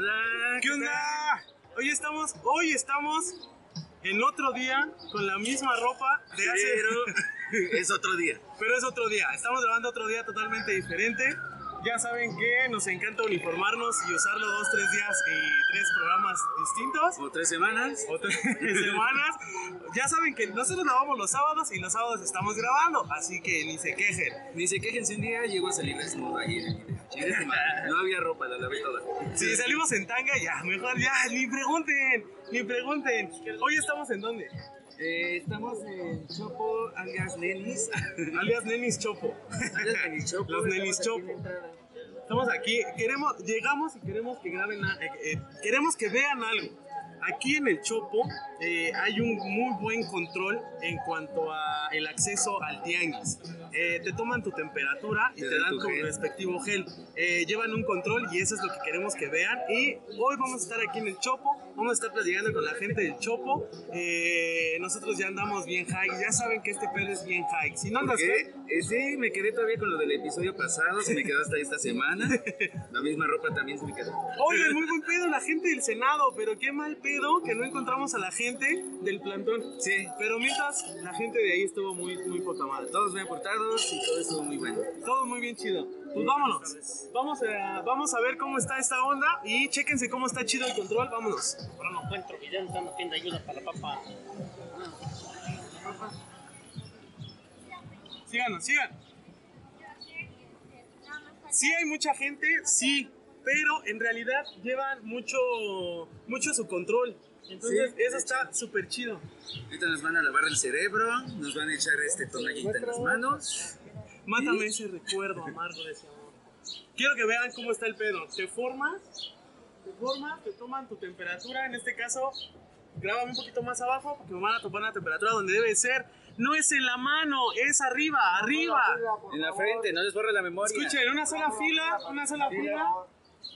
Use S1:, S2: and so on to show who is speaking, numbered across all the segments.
S1: Hola.
S2: ¿Qué onda? Hoy estamos, hoy estamos en otro día con la misma ropa de hace,
S1: Pero es otro día.
S2: pero es otro día. Estamos grabando otro día totalmente diferente. Ya saben que nos encanta uniformarnos y usarlo dos, tres días y tres programas distintos.
S1: Como tres semanas.
S2: O tres semanas. Ya saben que nosotros grabamos los sábados y los sábados estamos grabando, así que ni se quejen.
S1: Dice que si un día llegó a salir desnudo ahí. Chingue su madre. No había ropa, la lavé toda.
S2: Si salimos en tanga, ya, mejor ya, ni pregunten, ni pregunten. Hoy estamos en dónde?
S1: Eh, estamos en Chopo, alias Nenis.
S2: Alias Nenis Chopo.
S1: Alias Nenis Chopo.
S2: Los Nenis
S1: Estamos aquí en
S2: Chopo.
S1: la entrada.
S2: Estamos aquí, queremos, llegamos y queremos que graben, a- eh, eh, queremos que vean algo. Aquí en el Chopo eh, hay un muy buen control en cuanto a el acceso al tianguis. Eh, te toman tu temperatura y
S1: Te
S2: te,
S1: dan
S2: dan
S1: tu
S2: tu
S1: gel.
S2: respectivo gel. Eh, llevan un control y eso es lo que queremos que vean. Y hoy vamos a estar aquí en el Chopo, vamos a estar platicando con la gente del Chopo. Eh, nosotros ya andamos bien high, ya saben que este pedo es bien high. Si no andas high,
S1: Porque, eh, sí, me quedé todavía con lo del episodio pasado, se me quedó hasta esta semana. La misma ropa también se me quedó.
S2: Oigan, muy buen pedo la gente del Senado, pero qué mal pedo que no encontramos a la gente del plantón.
S1: Sí,
S2: Pero mientras, la gente de ahí estuvo muy, muy poca madre.
S1: todos bien portados y todo estuvo muy bueno.
S2: Todo muy bien chido. Pues vámonos. Vamos a, vamos a ver cómo está esta onda y chéquense cómo está chido el control. Vámonos.
S3: Ahora no encuentro video, están haciendo ayuda para la papa.
S2: Síganos, sigan. Sí hay mucha gente, sí, pero en realidad llevan mucho, mucho su control. Entonces,
S1: Sí.
S2: eso está súper chido.
S1: Ahorita nos van a lavar el cerebro, nos van a echar este tonallita en las manos.
S2: Mátame ese recuerdo amargo de ese amor. Quiero que vean cómo está el pedo. Te formas, te formas, te toman tu temperatura. En este caso, grábame un poquito más abajo porque me van a tomar la temperatura donde debe ser. No es en la mano, es arriba, arriba.
S1: En la frente, no les borre la memoria.
S2: Escuchen, una sola fila, una sola fila.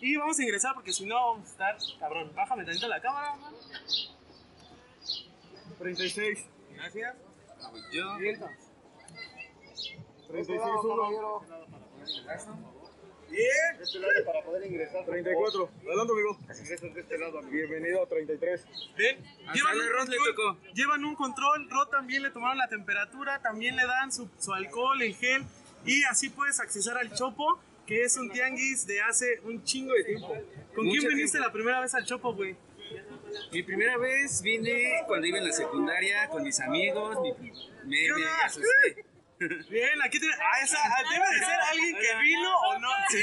S2: Y vamos a ingresar porque si no vamos a estar, cabrón. Bájame tantito la cámara. man. 36. Gracias.
S1: Yo,
S2: 36, 1. Bien.
S3: Este lado para poder ingresar.
S2: 34. Adelante, amigo.
S3: Ingresas de este lado, amigo.
S2: Bienvenido a 33. Ven,
S1: A
S2: llevan
S1: Sale
S2: un,
S1: Ross le
S2: control,
S1: tocó.
S2: llevan un control, Rod también le tomaron la temperatura, también le dan su, su alcohol, el gel, y así puedes accesar al Chopo, que es un tianguis de hace un chingo de tiempo. ¿Con
S1: Mucho
S2: quién viniste
S1: tiempo.
S2: la primera vez al Chopo, güey?
S1: mi primera vez vine cuando iba en la secundaria con mis amigos. mi- me, me
S2: onda?
S1: asusté.
S2: Bien, aquí tiene. Ah, esa, ah, debe de ser alguien que vino o no. Sí.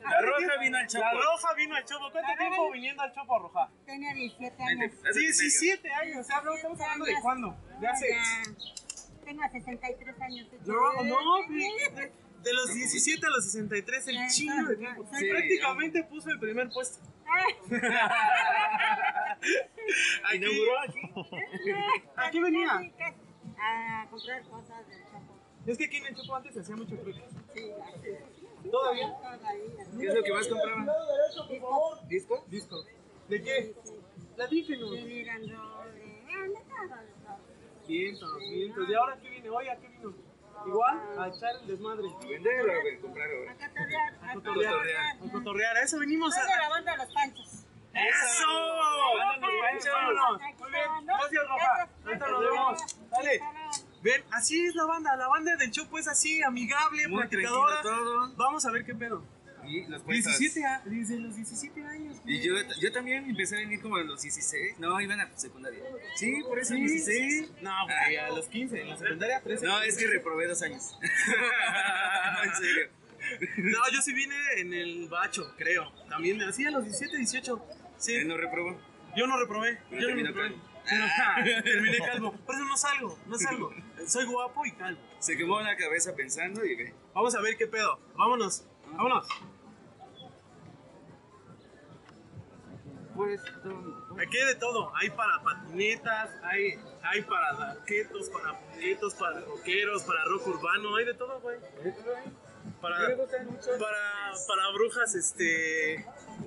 S1: La roja vino al
S2: La
S1: chapo.
S2: Roja vino al Chopo. ¿Cuánto tiempo viniendo al Chopo, Roja?
S4: Tenía 17
S1: Vente,
S4: años.
S1: hazte que me
S2: 17 años. O sea, bro, estamos hablando de cuándo? De hace.
S4: Ya. Tengo 63 años.
S2: No, no, de, de los 17 a los 63, el
S4: Ajá,
S2: chingo de tiempo.
S4: sí.
S2: Prácticamente puso el primer puesto.
S4: Ah.
S1: digas.
S2: Aquí,
S1: Inauguró aquí.
S2: ¿A qué venía?
S4: A comprar cosas del chapo.
S2: es que aquí en el Chopo antes se hacía mucho truco.
S4: Sí, así.
S2: ¿Todavía?
S1: ¿Qué es lo que más compraban?
S4: Discos,
S1: ¿Disco?
S2: Disco. ¿De qué? Platíquenos.
S4: de Mirando, de- ah, no, todo, todo.
S2: Vientos, vientos. ¿Y ahora qué viene? Hoy a qué vino? Igual, a echar el desmadre.
S1: ¿Vender o comprar ahora?
S4: A cotorrear, a
S2: A cotorrear.
S4: cotorrear.
S2: A cotorrear. A eso venimos.
S4: Soy de
S2: A...
S4: la banda Los Panchos.
S2: ¡Eso!
S1: Vámonos, Pancho.
S2: Vámonos. Muy bien. Gracias, Roja. Ahorita nos vemos. Dale. Ven, así es la banda. La banda del Chopo es así, amigable,
S1: Muy
S2: platicadora.
S1: tranquilo todo.
S2: Vamos a ver qué pedo.
S1: Y los puestos.
S2: 17 a- desde los 17 años. güey.
S1: Y yo, yo también empecé a venir como a los 16. No, iban a secundaria. Sí, por eso 16.
S2: No, güey, a los 15, en la secundaria 13.
S1: No, es que reprobé dos años. no, en serio.
S2: No, yo sí vine en el bacho, creo. También así a los 17, 18. Sí,
S1: Eh, no reprobó.
S2: yo no reprobé.
S1: Pero
S2: yo no
S1: terminó
S2: reprobé.
S1: calvo.
S2: Pero, ja, terminé calvo. Por eso no salgo, no salgo. Soy guapo y calvo.
S1: Se quemó la cabeza pensando y ve.
S2: Vamos a ver qué pedo. Vámonos, vámonos.
S1: Pues,
S2: Aquí hay de todo, hay para patinetas, hay, hay para daquetos, para puñetos, para rockeros, para rock urbano, hay de todo, güey. Para, para, para brujas, este,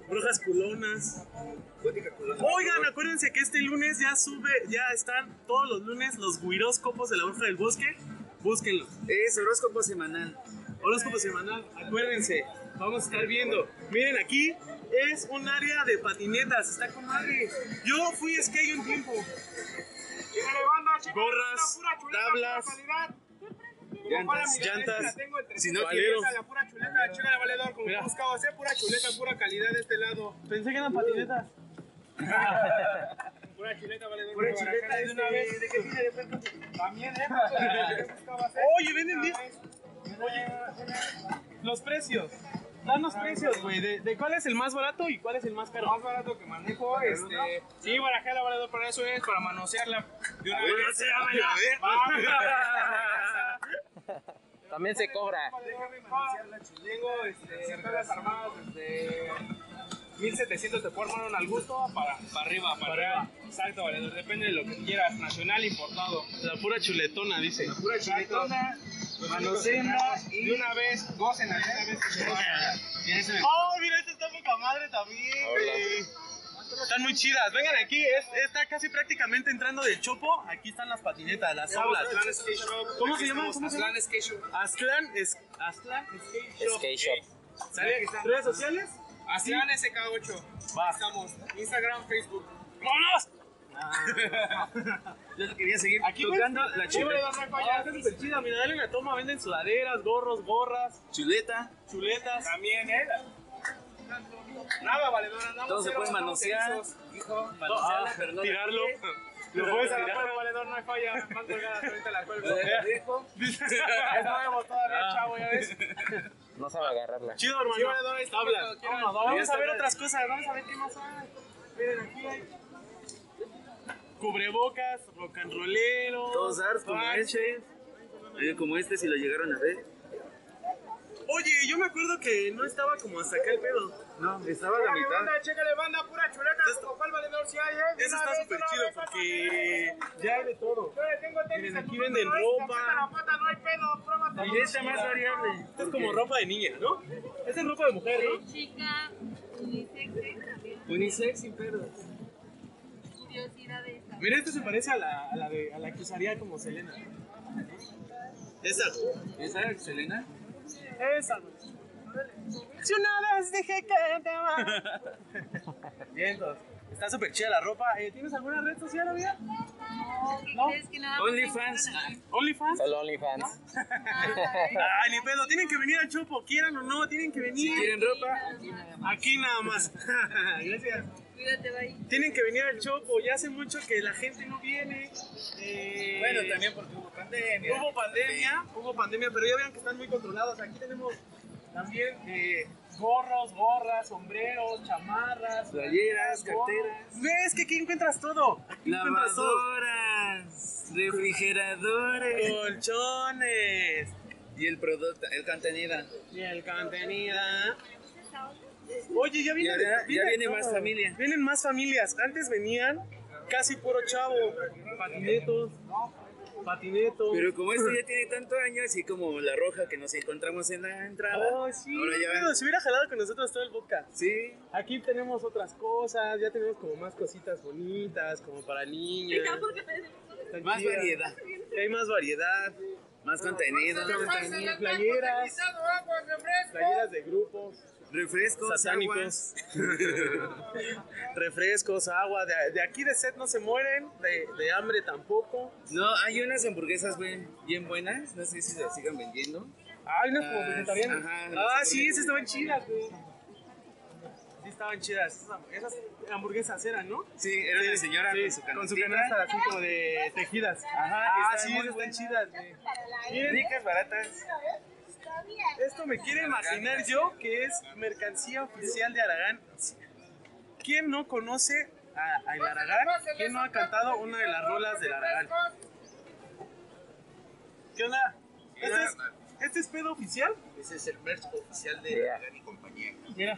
S2: brujas culonas. Oigan, acuérdense que este lunes ya sube, ya están todos los lunes los guiróscopos de la bruja del bosque. Búsquenlos.
S1: Es horóscopo semanal.
S2: Horóscopo semanal, acuérdense, vamos a estar viendo. Miren aquí, es un área de patinetas, está con madre. Yo fui skate un tiempo. Gorras, tablas,
S1: Llantas.
S2: llantas,
S1: Si no
S2: valeros.
S1: tienes-
S2: Mira.
S5: pura chuleta, pura calidad de este lado.
S2: Pensé que eran patinetas.
S5: Pura chuleta, valedor.
S2: Pura chuleta,
S5: Acá
S2: de una
S5: este,
S2: vez.
S5: ¿de qué tiene de frente? También, ¿eh? Porque buscaba hacer.
S2: Oye, venden bien. Los precios. Danos precios, güey. De, de cuál es el más barato y cuál es el más
S5: Lo
S2: caro.
S5: más barato que manejo, este. Sí, barajé la valedor, pero eso es para manosearla. De una vez. Ah,
S2: A ver.
S6: También se cobra.
S5: Déjame manosearla, chilengo, este. Cartas armadas, este. 1700 te puedo armar un al gusto para, para arriba, para, arriba. Exacto, valedor. Depende de lo que quieras, nacional, importado.
S2: La pura chuletona, dice.
S5: Pura chuleta. Manosearla y de una vez, gocen de una vez. Tienes el-
S2: Oh, mira, esta está poca madre también, güey. Están muy chidas. Vengan aquí, es- está casi prácticamente entrando del chopo. Aquí están las patinetas, las aulas.
S5: Aztlán Skate Shop.
S2: ¿Cómo
S5: Aquí
S2: se llama?
S5: estamos,
S2: ¿Cómo se llama?
S5: Aztlán Skate Shop.
S2: Aztlán es. Aztlán Skate Shop.
S6: Skate Shop.
S5: Sabía que está.
S2: ¿Redes sociales?
S5: Aztlán SK8.
S2: Va.
S5: Estamos. Instagram, Facebook. Ah.
S2: ¡Vámonos!
S1: Yo quería seguir
S2: Aquí
S1: tocando la chuleta.
S2: Ah, está súper chida, mira, dale una toma, venden sudaderas, gorros, gorras,
S1: Chuleta.
S2: chuletas.
S5: También, ¿eh? Nada, valedor. Andamos.
S1: Todo se
S5: cero,
S1: puede
S5: andamos
S1: manosear.
S5: erizos. Hijo,
S2: Ah, tirarlo. Lo puedes
S5: Puedes a la
S2: tirar.
S5: cuelgo, valedor, no hay falla. Más colgada, ahorita la cuelgo.
S2: Es
S5: Es nuevo todavía, chavo, ya ves.
S6: No sabe agarrarla.
S2: Ah. Chido, hermano. Habla. Vámonos, Vamos a ver otras cosas, vamos a ver qué más hay. Miren, aquí hay cubrebocas, rock and rollero.
S1: Todos ars como
S2: Ay,
S1: este. eh, Como este, si lo llegaron a ver.
S2: Oye, yo me acuerdo que no estaba como hasta acá el pedo.
S1: No, estaba a la
S5: Chécale,
S1: mitad.
S5: banda, chécale, banda. Pura chuleta.
S2: Esto-
S5: como cual, valedor, si hay, eh.
S2: Eso
S5: Una
S2: está
S5: vez,
S2: súper
S5: una
S2: chido
S5: vez,
S2: porque ya hay de todo.
S5: Yo le tengo tenis
S2: Miren,
S5: al
S2: aquí
S5: mundo,
S2: venden
S5: no hay-
S2: ropa.
S5: te aprieta la pata, no hay pedo, pruébate.
S1: Y esta más variable.
S2: Esta es como ropa de niña, ¿no? Esta es ropa de mujer, ¿no?
S4: Chica, unisex, ¿eh? También.
S1: Unisex sin pedos.
S4: Curiosidades. también.
S2: Mira, esta se parece a la, a la, de, a la que usaría como Selena. Esa.
S1: ¿Esa, Selena?
S2: Esa, güey. Si una vez dije que te amaba. Bien, entonces. Está súper chida la ropa. Eh, ¿Tienes alguna red social, amiga?
S4: ¿Qué
S2: ¿No?
S4: crees que nada más
S1: OnlyFans.
S4: encuentran
S2: ¿OnlyFans?
S6: Solo OnlyFans.
S4: nada, eh?
S2: Ay, ni pedo. Tienen que venir al Chopo, quieran o no. Tienen que venir.
S1: Si quieren ropa,
S2: Aquí nada más. Gracias.
S4: Cuídate, bye.
S2: Tienen que venir al Chopo. Ya hace mucho que la gente no viene. Eh,
S5: Bueno, también porque hubo pandemia.
S2: Hubo pandemia, hubo pandemia, pero ya vean que están muy controlados. Aquí tenemos también eh, gorros, gorras, sombreros, chamarras,
S1: Playeras,
S2: gorros.
S1: carteras.
S2: ¿Ves que aquí encuentras todo? Aquí encuentras todo.
S1: lavadoras, refrigeradores.
S2: Colchones
S1: Y el producto, el contenido.
S2: y el contenido. Oye, ya viene,
S1: Ya- ya- ya
S2: de
S1: viene
S2: todo.
S1: más familia.
S2: Vienen más familias. Antes venían casi puro chavo, patinetos, patinetos.
S1: Pero como esto ya tiene tanto año, así como la roja que nos encontramos en la entrada.
S2: Oh, sí,
S1: Ahora ya ven.
S2: pero se hubiera jalado con nosotros todo el podcast.
S1: Sí,
S2: Aquí tenemos otras cosas, ya tenemos como más cositas bonitas, como para niños. Están
S1: más
S2: chidas.
S1: variedad,
S2: Hay más variedad.
S1: más contenido,
S2: Playeras, playeras de grupos,
S1: refrescos, aguas.
S2: satánicos, refrescos, agua. De, de aquí de sed no se mueren, de, de hambre tampoco.
S1: No, hay unas hamburguesas bien, bien buenas, no sé si las sigan vendiendo.
S2: Hay unas como
S1: Ah,
S2: vegetarianas.
S1: ajá,
S2: Ah,
S1: las
S2: sí,
S1: hamburguesas.
S2: esas estaban chidas, güey. Sí, estaban chidas. Esas, esas hamburguesas eran, ¿no?
S1: Sí, era una señora
S2: Sí,
S1: con su
S2: con su
S1: canastita.
S2: canasta así como de tejidas.
S1: Ajá,
S2: ah,
S1: están
S2: sí,
S1: muy
S2: esas están
S1: buenas.
S2: chidas, güey. Miren,
S1: Ricas, baratas.
S2: esto me quiero imaginar yo que es mercancía oficial de Aragán. ¿Quién no conoce a, a El Aragán? ¿Quién no ha cantado una de las rolas del Aragán? ¿Qué onda? ¿Este es, este es pedo oficial?
S5: Ese es el merch oficial de
S6: Yeah.
S5: Aragán y compañía.
S2: Mira.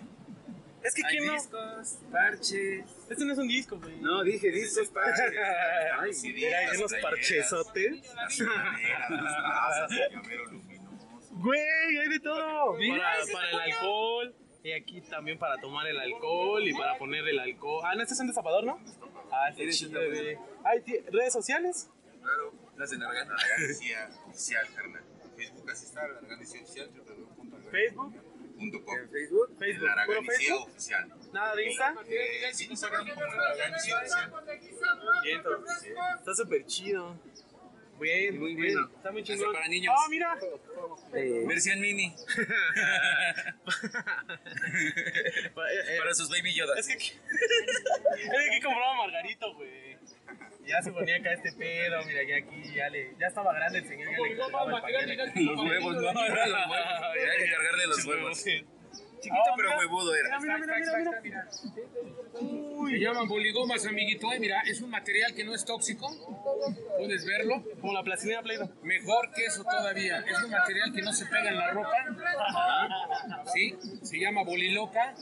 S2: Es que
S1: Hay
S2: ¿quién no?
S1: discos, parches.
S2: Este no es un disco, güey.
S1: No, dije discos, parches.
S2: Ay, mira, hay unos parchesotes. Güey, hay de todo. Para, para el alcohol. Y aquí también para tomar el alcohol y para poner el alcohol. Ah, no, este es un destapador, ¿no? Ah, este
S1: Eres
S2: chido,
S1: un
S2: güey. Ay, ti- ¿Redes sociales?
S7: Claro,
S1: Las de Nargan.
S7: la garganta oficial, carnal. Facebook así está, la garganta oficial, www.algargancia.com.
S2: Facebook.
S7: facebook.com.
S1: en Facebook.
S2: Facebook,
S7: La
S2: puro
S7: Araganicía
S2: Facebook.
S7: oficial.
S2: Nada de Insta.
S7: Eh, sí, Instagram como La Araganicía oficial.
S2: Vientos. Está súper chido. Bien,
S1: Muy
S2: bien.
S1: bueno.
S2: Está muy
S1: Hasta
S2: chingón.
S1: para niños.
S2: Ah, mira.
S6: Eh,
S1: Versión mini.
S2: Pa- eh, eh,
S1: Para sus baby yodas.
S2: Es que aquí- es que aquí compraba Margarito, güey. Ya se ponía acá este pedo, mira, ya aquí ya le. Ya estaba grande el señor, ya le colgaba el pañal aquí.
S1: Los huevos, no, era los huevos. Había que cargarle los
S2: Sí,
S1: huevos.
S2: sí.
S1: Chiquito
S2: Ah,
S1: pero
S2: mira.
S1: huevudo
S2: Mira,
S1: era.
S2: mira, mira, mira, mira.
S8: Se llaman boligomas, amiguito. Y mira, es un material que no es tóxico. Puedes verlo.
S2: Como la plastilina Play-Doh.
S8: Mejor que eso todavía. Es un material que no se pega en la ropa. ¿Sí? Se llama boliloca.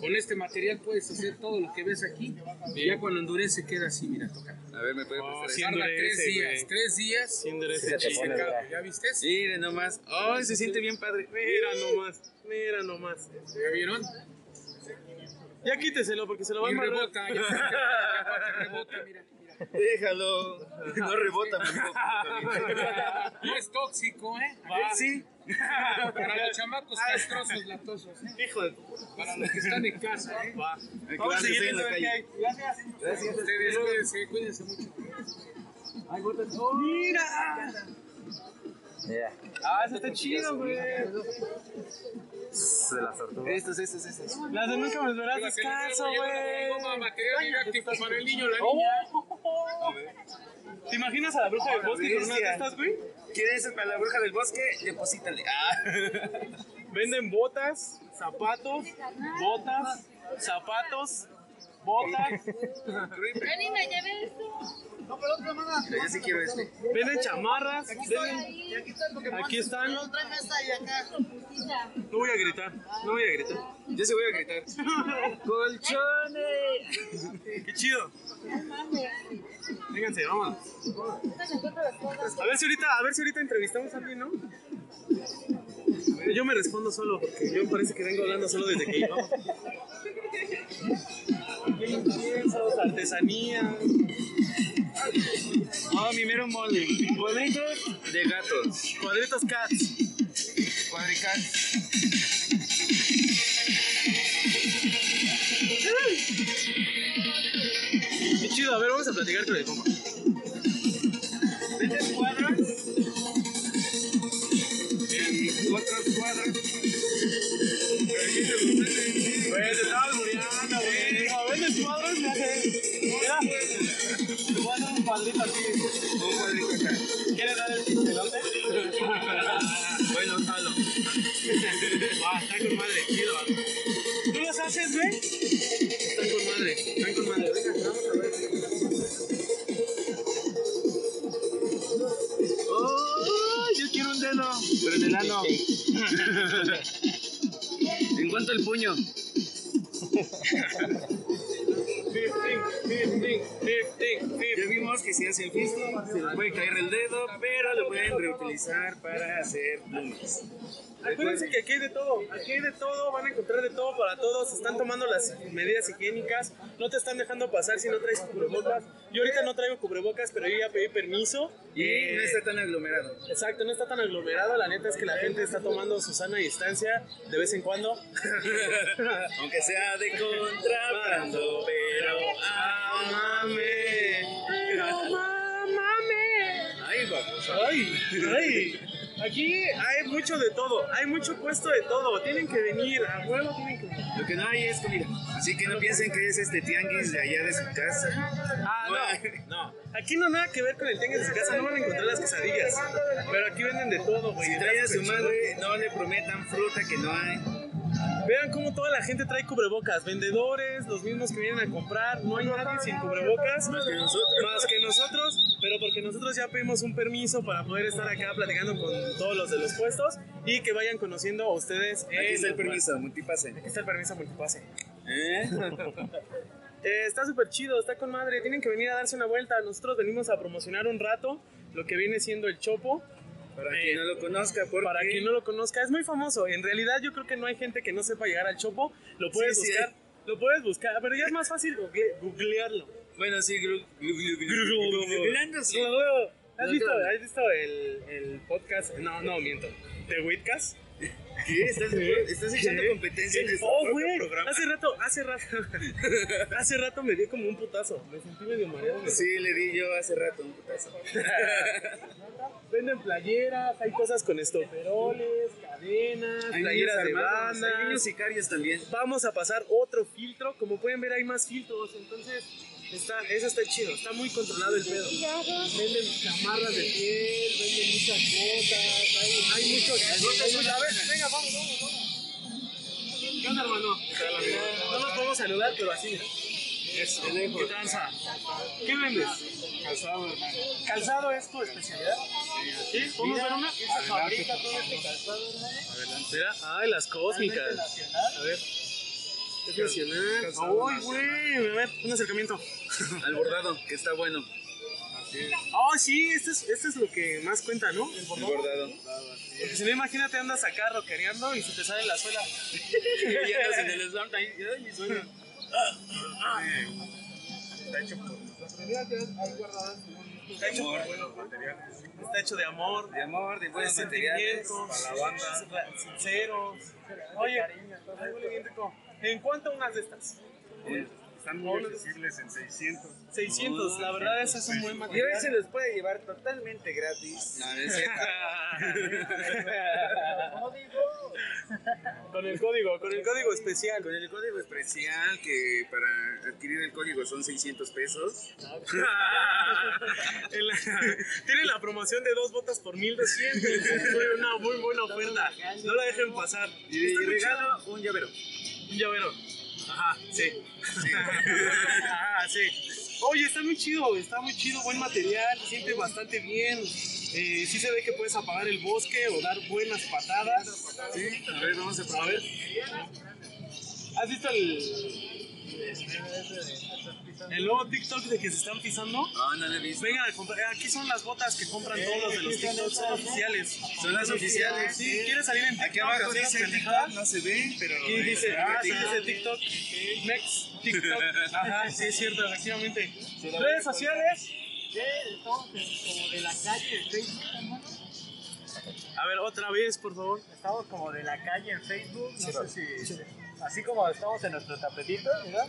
S8: Con este material puedes hacer todo lo que ves aquí. Y ya cuando endurece queda así, mira, toca.
S1: A ver, ¿me puede
S2: Oh,
S1: prestar
S2: sí.
S1: eso?
S8: Tarda tres
S2: endurece,
S8: días.
S2: güey.
S8: Tres días.
S2: Sin derecho.
S6: Sí, ya te
S2: chido.
S6: pone dura.
S8: ¿Ya viste?
S1: Miren nomás.
S2: Oh,
S1: Ay, se siente bien padre.
S2: Mira nomás, mira nomás.
S8: ¿Ya vieron?
S2: Ya quíteselo porque se lo va a
S8: Y
S2: embarrar.
S8: rebota. Ya viste que la capa te rebota, mira.
S1: Déjalo. No rebota, amigo.
S8: No es tóxico, ¿eh?
S2: Va.
S1: Sí.
S8: Para los chamacos castrosos, latosos, ¿eh?
S2: Hijo de puta.
S8: Para los que están en casa, ¿eh?
S2: Va.
S1: que
S2: Vamos
S1: va,
S2: a
S1: que
S2: seguir
S1: estoy en la
S2: viendo qué hay. Gracias.
S8: Ustedes cuídense, cuídense mucho.
S2: Mira.
S6: mira,
S2: Ah, eso está chido, güey.
S6: de las tortugas.
S1: Estos, estos, estos.
S2: Las de nunca me verás
S8: Llévatelo,
S2: descanso,
S8: luego, llévatelo,
S2: güey.
S8: goma, material didáctico para el niño, la niña.
S2: Oh. ¿Te imaginas a la bruja del
S1: Ahora,
S2: bosque con una de
S1: Oh, bestia.
S2: estas, güey?
S1: ¿Quieres para la bruja del bosque? Deposítale. Ah.
S2: Venden botas, zapatos, botas, zapatos, botas.
S4: Ya ni me llevé esto.
S1: Yo sí quiero este.
S2: Venden chamarras. Venden...
S4: Ahí.
S2: Aquí están. No
S4: Putita.
S2: voy a gritar, no voy a gritar.
S1: Yo sí voy a gritar. ¡Colchones!
S2: Qué chido. Vénganse, vámonos.
S4: Estas encuentro las cosas.
S2: A ver si ahorita, a ver si ahorita entrevistamos a alguien, ¿no? A ver, Yo me respondo solo porque yo parece que vengo hablando solo desde aquí. Vamos. Inciensos, artesanía. Ah, mi mero mole. Cuadritos,
S1: De gatos.
S2: cuadritos cats.
S1: Cuadricantes.
S2: Qué chido, a ver, vamos a platicar con el compa. ¿Venden cuadras?
S1: Otros cuadros.
S2: Güey, te estabas Pues, muriendo, güey. eh, A ver, los cuadros me hacen. Mira, te voy a hacer un cuadrito así.
S1: Un cuadrito acá.
S2: ¿Quieres dar el pelote?
S1: Bueno, jalo.
S2: Va, está con madre, chido. ¿Tú los haces, güey? Están con madre, están con madre. Venga, vamos a ver. Oh, yo quiero un dedo, pero en el ano.
S1: ¿En cuanto el puño? Ya vimos que si hacen fiesta, se les puede caer el dedo, pero lo pueden reutilizar para hacer plumas.
S2: Acuérdense que aquí hay de todo, aquí hay de todo, van a encontrar de todo para todos, están tomando las medidas higiénicas, no te están dejando pasar si no traes cubrebocas. Yo ahorita no traigo cubrebocas, pero yo ya pedí permiso.
S1: Y
S2: Eh,
S1: no está tan aglomerado.
S2: Exacto, no está tan aglomerado, la neta es que la gente está tomando su sana distancia de vez en cuando.
S1: Aunque sea de contrabando, pero
S2: ah,
S1: amame.
S2: ¡Pero mamame!
S1: Ahí vamos.
S2: ¡Ay! ¡Ay! Aquí hay mucho de todo, hay mucho puesto de todo, tienen que venir, a huevo tienen que venir.
S1: Lo que no hay es comida. Así que no piensen que es este tianguis de allá de su casa.
S2: Ah, no, no. Aquí no nada que ver con el tianguis de su casa, no van a encontrar las quesadillas. Pero aquí venden de todo, güey.
S1: Si trae a su madre, no le prometan fruta que no hay.
S2: Vean cómo toda la gente trae cubrebocas. Vendedores, los mismos que vienen a comprar. No hay nadie sin cubrebocas. Más que nosotros. pero porque nosotros ya pedimos un permiso para poder estar acá platicando con todos los de los puestos y que vayan conociendo a ustedes.
S1: Aquí
S2: en
S1: está el
S2: los
S1: permiso, multipase.
S2: Aquí está el permiso multipase.
S1: ¿Eh?
S2: Eh, está súper chido, está con madre. Tienen que venir a darse una vuelta. Nosotros venimos a promocionar un rato lo que viene siendo el chopo.
S1: Para quien no lo conozca, porque
S2: Para quien no lo conozca, es muy famoso. En realidad, yo creo que no hay gente que no sepa llegar al Chopo. Lo puedes
S1: Sí, eh. sí
S2: buscar, lo puedes buscar, pero ya es más fácil google- googlearlo.
S1: Bueno, sí, glu- glu- glu- glu-
S2: Googleando,
S1: googleándose.
S2: sí. ¿Has
S1: No,
S2: visto,
S1: claro.
S2: has visto el, el podcast? No, no, miento. ¿De Witcast?
S1: ¿Qué? ¿Estás, estás echando competencia en
S2: Oh,
S1: propio
S2: güey.
S1: programa.
S2: Hace rato, hace rato. hace rato me dio como un putazo. Me sentí medio mareado. güey.
S1: Sí, le di yo hace rato un putazo.
S2: Venden playeras, hay cosas con estoperoles, cadenas,
S1: Hay
S2: playeras de
S1: niños armados,
S2: banda.
S1: Hay niños sicarios también.
S2: Vamos a pasar otro filtro. Como pueden ver, hay más filtros. Entonces, está, eso está chido. Está muy controlado el pedo. Venden chamarras de piel, venden muchas botas. Hay, hay mucho. hay mucho- a ver, venga, vamos, vamos, vamos. ¿Qué onda, hermano? No nos podemos saludar, pero así. Eso. ¿Qué tranza? ¿Qué vendes? Calzado, hermano. ¿Calzado es tu especialidad? Sí. ¿Sí? ¿Podemos ver una? Esa fabrica todo este calzado, hermano. Adelante. Mira, ay, Ah, las cósmicas. A ver. Es nacional. ¡Ay, güey! A ver, un acercamiento.
S1: Al bordado, que está bueno.
S2: Ah, sí, esto es, esto es lo que más cuenta, ¿no? El
S1: El
S2: bordado.
S1: bordado.
S2: Porque si no, imagínate, andas acá roquereando y se te sale la suela.
S1: Y andas en el slam, ahí, ay, mi sueño.
S2: Está hecho, está hecho de amor,
S1: De amor, de buenos
S2: de
S1: materiales.
S2: sentimientos, sin- sinceros. Oye, ay, huele bien rico. ¿En cuánto unas de estas?
S7: Están muy accesibles en 600.
S2: 600, la verdad, eso es un buen
S5: Y hoy se
S2: material.
S5: los puede llevar totalmente gratis.
S1: No, no es cierto.
S2: Con el código, con el código especial.
S1: Con el código especial, que para adquirir el código son 600 pesos.
S2: En la- Tienen la promoción de dos botas por 1200. Fue una muy buena oferta. No la dejen pasar.
S1: Y, de- y
S2: Está muy chido.
S1: regalo un llavero.
S2: Un llavero. Ajá, sí. Ajá, sí. Oye, está muy chido, está muy chido, buen material, se siente bastante bien. Eh, sí se ve que puedes apagar el bosque o dar buenas patadas.
S1: Sí, a ver, vamos a
S2: A
S1: probar.
S2: ver. ¿Has visto el, el nuevo TikTok de que se están pisando?
S1: No, no lo he visto.
S2: Vengan a comprar. eh, Aquí son las botas que compran todos los de los TikToks, son oficiales.
S1: Son las oficiales.
S2: Sí, ¿quieres salir en TikTok?
S1: Aquí abajo
S2: hacer
S1: dice
S2: una pendejada?
S1: TikTok, no se ve, pero.
S2: Aquí dice, ah, sí, dice TikTok. Mex, TikTok. Ajá, sí, es cierto, efectivamente. Redes sociales.
S3: como de la calle en Facebook,
S2: A ver, otra vez, por favor.
S3: Estamos como de la calle en Facebook. No sé si. Así como estamos en nuestro tapetito, ¿verdad?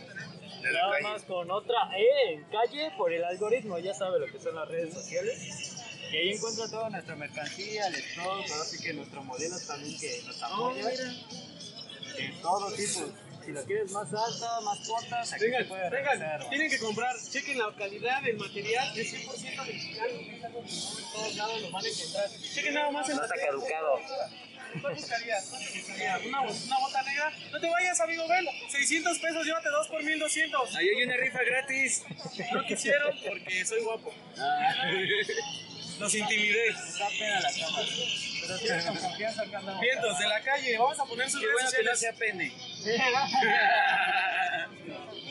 S3: Nada más con otra E en calle por el algoritmo, ya sabe lo que son las redes sociales. Y ahí encuentra toda nuestra mercancía, el stock, pero así que nuestros modelos también que nos apoyan. de todo tipo. Si lo quieres más alta, más corta, aquí se
S2: Vengan,
S3: puede realizar,
S2: vengan, tienen que comprar. Chequen la calidad del material, es 100% mexicano. es algo que no en todos lados lo van a encontrar. Chequen nada más el
S6: No está caducado.
S2: ¿Cuál buscarías? ¿Cuál te gustaría? ¿Una, bo- una bota negra? No te vayas, amigo Bel. 600 pesos, llévate dos por 1200.
S1: Ahí hay una rifa gratis.
S2: No quisieron porque soy guapo. Los intimidé.
S3: Está pena la cámara. Pero tienes con confianza que andamos.
S2: Vientos de la calle, vamos a poner sus
S1: Qué
S2: redes
S1: bueno que no
S2: sociales.
S1: sea pene.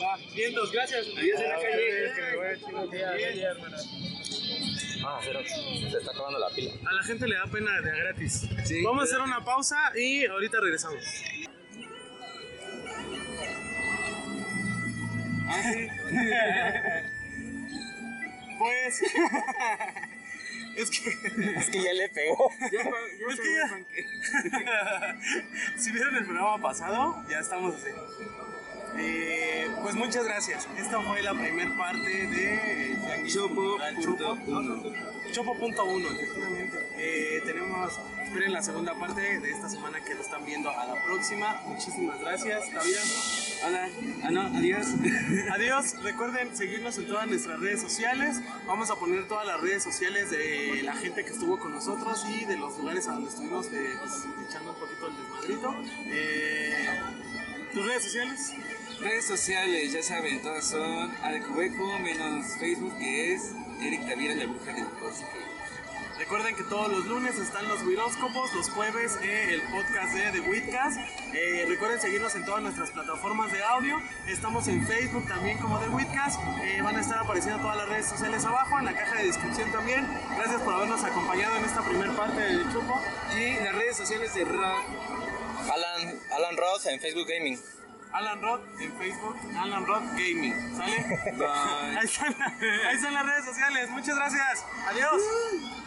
S2: Va, vientos, gracias.
S1: Adiós en la calle.
S6: Ah, pero se está acabando la pila.
S2: A la gente le da pena de a gratis.
S1: Sí.
S2: Vamos a hacer una pausa y ahorita regresamos.
S6: Ah,
S2: pues. es que.
S6: Es que ya le pegó.
S2: Es que ya- si vieron el programa pasado, ya estamos así. Eh, pues muchas gracias. Esta fue la primer parte de eh, Tianguis Cultural Chopo. Chopo.1, efectivamente. Eh, tenemos, esperen la segunda parte de esta semana que lo están viendo a la próxima. Muchísimas gracias, David.
S1: Hola. Ah, no, adiós.
S2: Adiós, recuerden seguirnos en todas nuestras redes sociales. Vamos a poner todas las redes sociales de la gente que estuvo con nosotros y de los lugares a donde estuvimos eh, pues, echando un poquito el desmadrito. Eh, ¿Tus redes sociales?
S5: Redes sociales, ya saben, todas son Alcubeco menos Facebook, que es Eric Tavira, la bruja del bosque.
S2: Recuerden que todos los lunes están los Wiróscopos, los jueves eh, el podcast de The Witcast. Eh, recuerden seguirnos en todas nuestras plataformas de audio. Estamos en Facebook también como The Witcast. Eh, van a estar apareciendo todas las redes sociales abajo, en la caja de descripción también. Gracias por habernos acompañado en esta primera parte del chupo.
S5: Y las redes sociales de Rock.
S6: Alan, Alan Ross en Facebook Gaming.
S2: Alan Rod en Facebook, Alan Rod Gaming. ¿Sale? ahí, están, ahí están las redes sociales. Muchas gracias. Adiós.